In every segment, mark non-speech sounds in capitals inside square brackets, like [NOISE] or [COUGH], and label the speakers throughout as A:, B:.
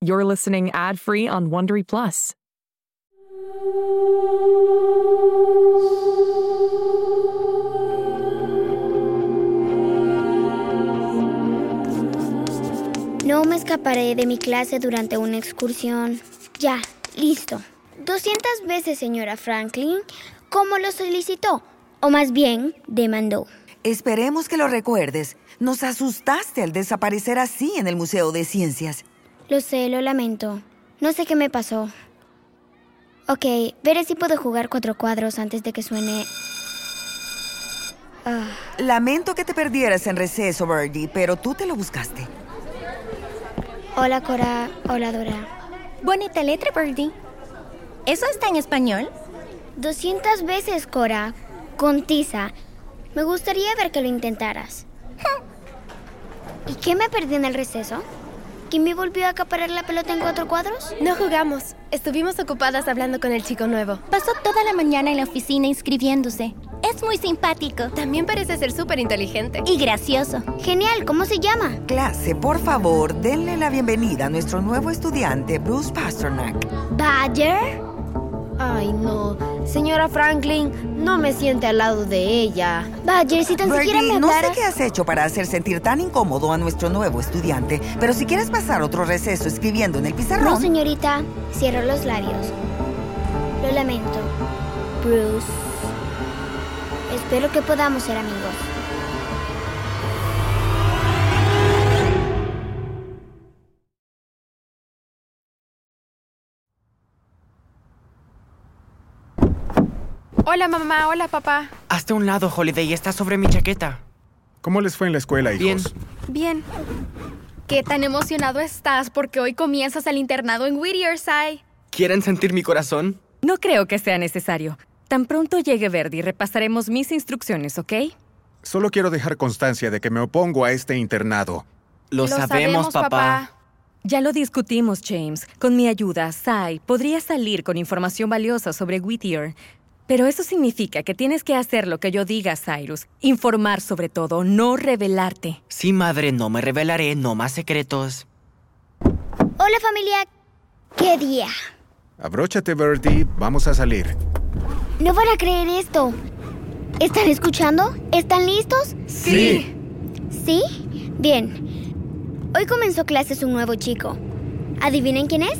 A: You're listening ad free on Wondery Plus.
B: No me escaparé de mi clase durante una excursión. Ya, listo. 200 veces, señora Franklin, como lo solicitó, o más bien, demandó.
C: Esperemos que lo recuerdes. Nos asustaste al desaparecer así en el Museo de Ciencias.
B: Lo sé, lo lamento. No sé qué me pasó. Ok, veré si puedo jugar cuatro cuadros antes de que suene... Ah,
C: Lamento que te perdieras en receso, Birdie, pero tú te lo buscaste.
B: hola Cora, hola Dora.
D: Bonita letra, Birdie. ¿Eso está en español?
B: 200 veces, Cora, con tiza. Me gustaría ver que lo intentaras. [LAUGHS] ¿Y qué me perdí en el receso? ¿Quién me volvió a acaparar la pelota en cuatro cuadros?
E: No jugamos. Estuvimos ocupadas hablando con el chico nuevo.
D: Pasó toda la mañana en la oficina inscribiéndose. Es muy simpático
E: También parece ser súper inteligente.
D: y gracioso.
B: Genial, ¿cómo se llama?
C: Clase, por favor, denle la bienvenida a nuestro nuevo estudiante, Bruce Pasternak.
B: Badger.
E: Ay, no. Señora Franklin, no me siente al lado de ella.
B: Badger, si tan siquiera me
C: Birdie, no sé
B: hablaras.
C: qué has hecho para hacer sentir tan incómodo a nuestro nuevo estudiante, pero si quieres pasar otro receso escribiendo en el
B: No,
C: pizarrón,
B: señorita. Cierro los labios. Lo lamento. Bruce. Espero que podamos ser amigos.
F: Hola mamá, hola papá.
G: Hasta un lado, Holiday, está sobre mi chaqueta.
H: ¿Cómo les fue en la escuela, hijos?
G: Bien.
E: Bien.
I: ¿Qué tan emocionado estás porque hoy comienzas el internado en Whittierside?
G: ¿Quieren sentir mi corazón?
J: No creo que sea necesario. Tan pronto llegue Verdi, repasaremos mis instrucciones, ¿ok?
H: Solo quiero dejar constancia de que me opongo a este internado.
G: Lo, sabemos, papá.
J: Ya lo discutimos, James. Con mi ayuda, Sai podría salir con información valiosa sobre Whittier. Pero eso significa que tienes que hacer lo que yo diga, Cyrus. Informar sobre todo, no revelarte.
G: Sí, madre, no me revelaré, no más secretos.
B: Hola, familia. ¿Qué día?
H: Abróchate, Birdie, vamos a salir.
B: No van a creer esto. ¿Están escuchando? ¿Están listos?
H: Sí.
B: ¿Sí? Bien. Hoy comenzó clases un nuevo chico. ¿Adivinen quién es?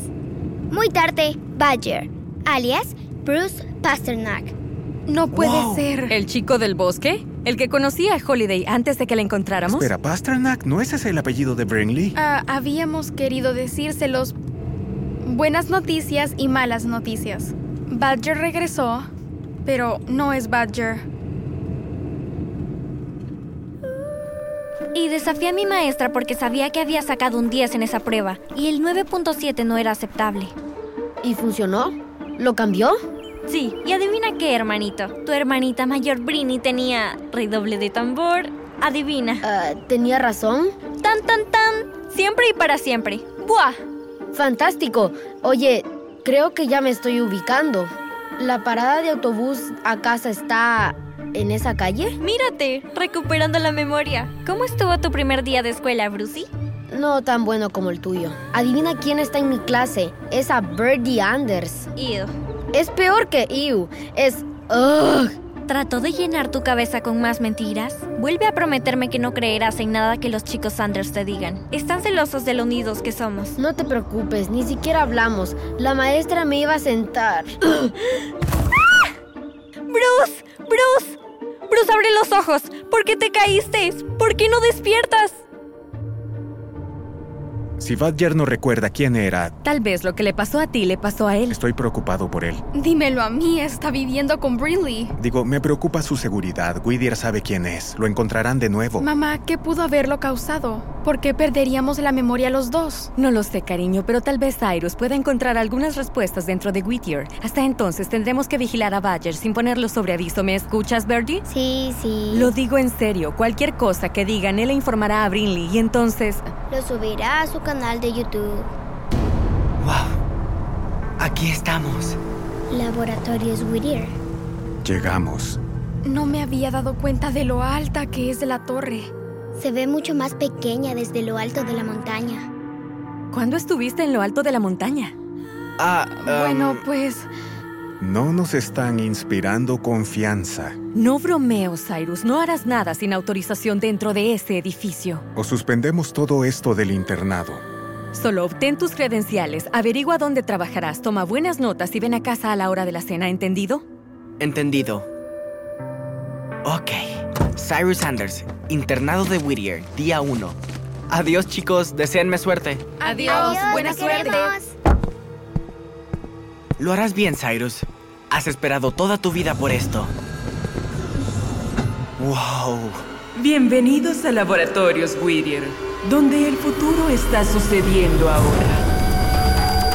B: Muy tarde, Badger, alias Bruce Pasternak.
E: No puede
G: Wow.
E: ser.
J: ¿El chico del bosque? ¿El que conocía a Holiday antes de que la encontráramos?
H: Espera, Pasternak, ¿no es ese el apellido de Brinley?
I: Ah, habíamos querido decírselos buenas noticias y malas noticias. Badger regresó, pero no es Badger.
D: Y desafié a mi maestra porque sabía que había sacado un 10 en esa prueba y el 9.7 no era aceptable.
E: ¿Y funcionó? ¿Lo cambió?
D: Sí, y adivina qué, hermanito. Tu hermanita mayor Brini tenía redoble de tambor. Adivina.
E: Ah, ¿Tenía razón?
D: Tan, tan, tan. Siempre y para siempre. ¡Buah!
E: Fantástico. Oye, creo que ya me estoy ubicando. ¿La parada de autobús a casa está en esa calle?
D: Mírate, recuperando la memoria. ¿Cómo estuvo tu primer día de escuela, Brucey?
E: No tan bueno como el tuyo. Adivina quién está en mi clase. Esa Birdie Anders.
D: Ew.
E: Es peor que Ew. Es... ugh.
D: ¿Trató de llenar tu cabeza con más mentiras? Vuelve a prometerme que no creerás en nada que los chicos Sanders te digan. Están celosos de lo unidos que somos.
E: No te preocupes, ni siquiera hablamos. La maestra me iba a sentar.
D: ¡Bruce! ¡Bruce! ¡Bruce, abre los ojos! ¿Por qué te caíste? ¿Por qué no despiertas?
H: Si Badger no recuerda quién era,
J: Tal vez lo que le pasó a ti le pasó a él.
H: estoy preocupado por él.
I: Dímelo a mí, está viviendo con Brinley.
H: Digo, me preocupa su seguridad. Whittier sabe quién es. Lo encontrarán de nuevo.
I: Mamá, ¿qué pudo haberlo causado? ¿Por qué perderíamos la memoria los dos?
J: No lo sé, cariño, pero tal vez Cyrus pueda encontrar algunas respuestas dentro de Whittier. Hasta entonces tendremos que vigilar a Badger sin ponerlo sobre aviso. ¿Me escuchas, Birdie?
B: Sí, sí.
J: Lo digo en serio. Cualquier cosa que digan, él le informará a Brinley y entonces...
B: Lo subirá a su canal de YouTube.
G: ¡Wow! Aquí estamos.
B: Laboratorios Whittier.
H: Llegamos.
I: No me había dado cuenta de lo alta que es la torre.
B: Se ve mucho más pequeña desde lo alto de la montaña.
J: ¿Cuándo estuviste en lo alto de la montaña?
G: Ah, um,
I: Bueno, pues
H: No nos están inspirando confianza.
J: No bromeo, Cyrus. No harás nada sin autorización dentro de ese edificio.
H: O suspendemos todo esto del internado.
J: Solo obtén tus credenciales, averigua dónde trabajarás, toma buenas notas y ven a casa a la hora de la cena, ¿entendido?
G: Entendido. Ok. Cyrus Anders, internado de Whittier, día 1. Adiós, chicos. Deseenme suerte.
I: adiós,
B: Adiós,
I: buena
B: te
I: suerte.
B: queremos.
G: Lo harás bien, Cyrus. Has esperado toda tu vida por esto. ¡Wow!
F: Bienvenidos a Laboratorios Whittier, donde el futuro está sucediendo ahora.